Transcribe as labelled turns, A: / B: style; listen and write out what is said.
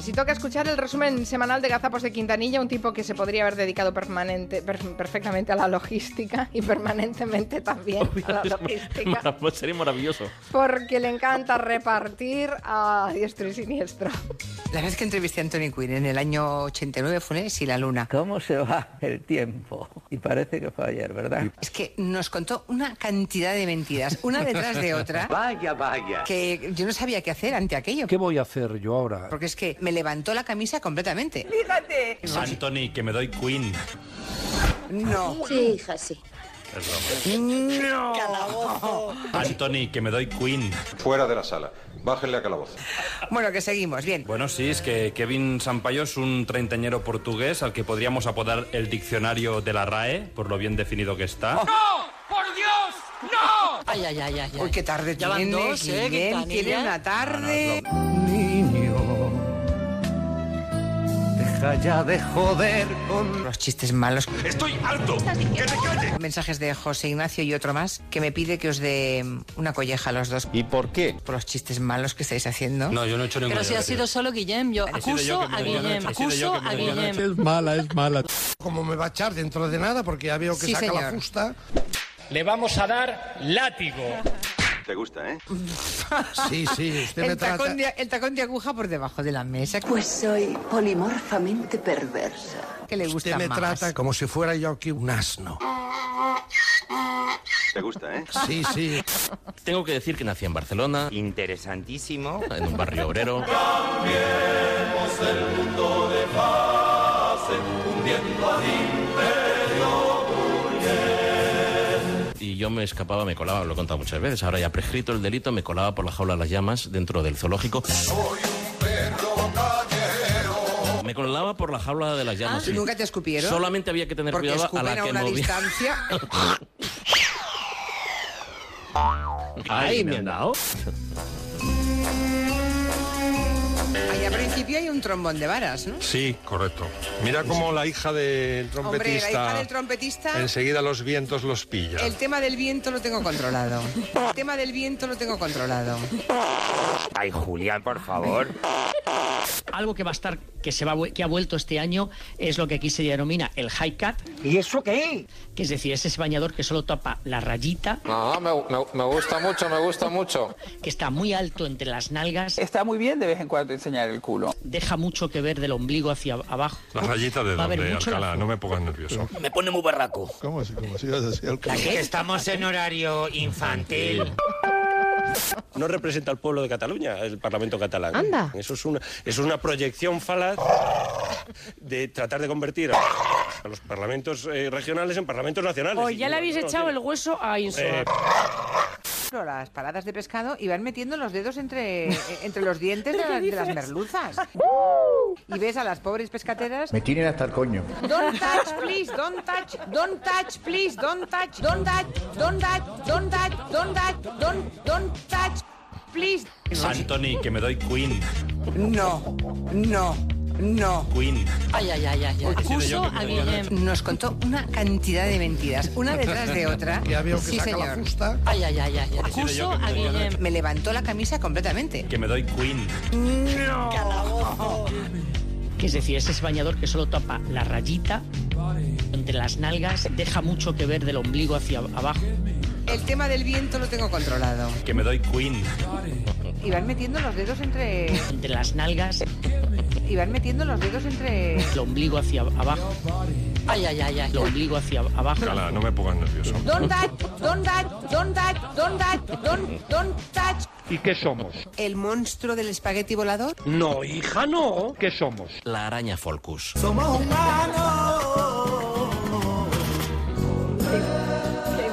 A: Si toca escuchar el resumen semanal de Gazapos de Quintanilla, un tipo que se podría haber dedicado permanente, per- perfectamente a la logística y permanentemente también a la
B: Es mar-
A: logística,
B: marav- Sería maravilloso.
A: porque le encanta repartir a diestro y siniestro.
C: La vez que entrevisté a Anthony Quinn en el año 89 fue en Si la Luna.
D: ¿Cómo se va el tiempo? Y parece que fue ayer, ¿verdad?
C: Es que nos contó una cantidad de mentiras, una detrás de otra,
D: Vaya, vaya.
C: que yo no sabía qué hacer ante aquello.
E: ¿Qué voy a hacer yo ahora?
C: Porque es que me levantó la camisa completamente.
F: Anthony, que me doy Queen.
C: No.
G: Sí, hija, sí.
F: Anthony, que me doy Queen.
H: Fuera de la sala. Bájenle a calabozo.
C: Bueno, que seguimos, bien.
F: Bueno, sí, es que Kevin Sampaio es un treintañero portugués al que podríamos apodar el diccionario de la RAE, por lo bien definido que está.
I: Ay, ay, ay, ay. ay.
C: Uy, qué tarde
I: Ya van
C: tiene,
I: dos, ¿eh,
C: Guillem,
I: Quintanilla?
C: tiene una tarde.
D: Niño, deja ya de joder con...
C: Los chistes malos.
F: ¡Estoy harto!
C: Mensajes de José Ignacio y otro más que me pide que os dé una colleja a los dos
J: ¿Y por qué?
C: por los chistes malos que estáis haciendo.
F: No, yo no he hecho ninguna
I: Pero si ha sido solo Guillem, yo
F: He sido yo
I: acuso
F: que me
I: a
F: doy la
I: Guillem,
F: noche, he sido yo
I: acuso
F: que me
I: a
F: doy la
I: Guillem.
E: Es mala, es mala.
D: Como me va a echar dentro de nada, porque ya veo que
C: Sí,
D: saca la
C: señor.
D: justa.
F: Le vamos a dar látigo.
J: Te gusta, ¿eh?
D: Sí, sí, usted me
C: El
D: trata...
C: tacón, de, el tacón de aguja por debajo de la mesa.
G: Pues soy polimorfamente perversa.
C: que le gusta
D: Usted me
C: más?
D: trata como si fuera yo aquí un asno.
J: Te gusta, ¿eh?
D: Sí, sí.
B: Tengo que decir que nací en Barcelona,
J: Interesantísimo.
B: en un barrio obrero. Y yo me escapaba, me colaba, lo he contado muchas veces, ahora ya prescrito el delito, me colaba por la jaula de las llamas dentro del zoológico. Me colaba por la jaula de las llamas.
C: Ah, ¿y nunca te escupieron?
B: Solamente había que tener
C: Porque
B: cuidado a
C: escupen
B: la
C: a,
B: que
C: una
B: movía.
C: distancia.
B: Ahí me han dado.
C: Ahí al principio hay un trombón de varas, ¿no?
H: Sí, correcto. Mira cómo la hija del
C: Hombre,
H: trompetista.
C: la hija del trompetista.
H: Enseguida los vientos los pilla.
C: El tema del viento lo tengo controlado. El tema del viento lo tengo controlado.
J: Ay, Julián, por favor.
I: Algo que va a estar, que se va, que ha vuelto este año es lo que aquí se denomina el high cut,
D: ¿Y eso qué?
I: que es decir, ese bañador que solo tapa la rayita,
H: No, Ah, me, gusta mucho, me gusta mucho.
I: que está muy alto entre las nalgas,
K: Está muy bien de vez en cuando enseñar el culo.
I: deja mucho que ver del ombligo hacia abajo.
H: La rayita de
I: Va a haber
H: donde,
I: mucho
H: Alcalá,
I: lazo.
H: no me pongas nervioso.
B: Me pone muy barraco.
E: ¿Cómo si, cómo si vas así al
K: Estamos en horario infantil.
F: No representa al pueblo de Cataluña, el Parlamento catalán. Eso es una, es una proyección falaz de tratar de convertir a, a los parlamentos eh, regionales en parlamentos nacionales.
I: Hoy ya le habéis echado el hueso a
F: Eh,
I: Insua.
C: Pero Las paradas de pescado y van metiendo los dedos entre, eh, entre los dientes de, las- de las merluzas. Y ves a las pobres pescateras.
E: Me tienen hasta el coño.
C: Don't touch, please, don't touch, don't touch, please, don't touch, don't touch, don't touch, don't touch, don't touch, don't, don't touch, please.
F: Anthony, que me doy Queen.
C: No, no, no.
F: Queen.
I: Ay, ay, ay, ay, ay.
F: sido yo
I: Acuso
F: que me
I: a
F: doy la
I: Guillem.
C: Nos contó una cantidad de mentiras, una detrás de otra.
D: Ya veo que
C: sí,
D: saca la
C: señor.
D: justa.
I: Ay, ay, ay, ay, ay.
F: sido yo
I: Acuso
F: que me
I: a
F: doy la
I: Guillem.
C: Me levantó la camisa completamente.
F: Que me doy Queen.
I: Que es decir, ese bañador que solo tapa la rayita entre las nalgas, deja mucho que ver del ombligo hacia abajo.
C: El tema del viento lo tengo controlado.
F: Que me doy Queen.
C: Y van metiendo los dedos entre.
I: Entre las nalgas,
C: Y van metiendo los dedos entre.
I: el ombligo hacia abajo. Ay, ay, ay, ay. El ombligo hacia abajo.
H: Alcalá, no me pongas nervioso.
C: Don't touch, don't touch, don't touch, don't touch, don't, don't touch.
E: ¿Y qué somos?
C: El monstruo del espagueti volador.
B: La araña Folcus.
D: Somos humanos.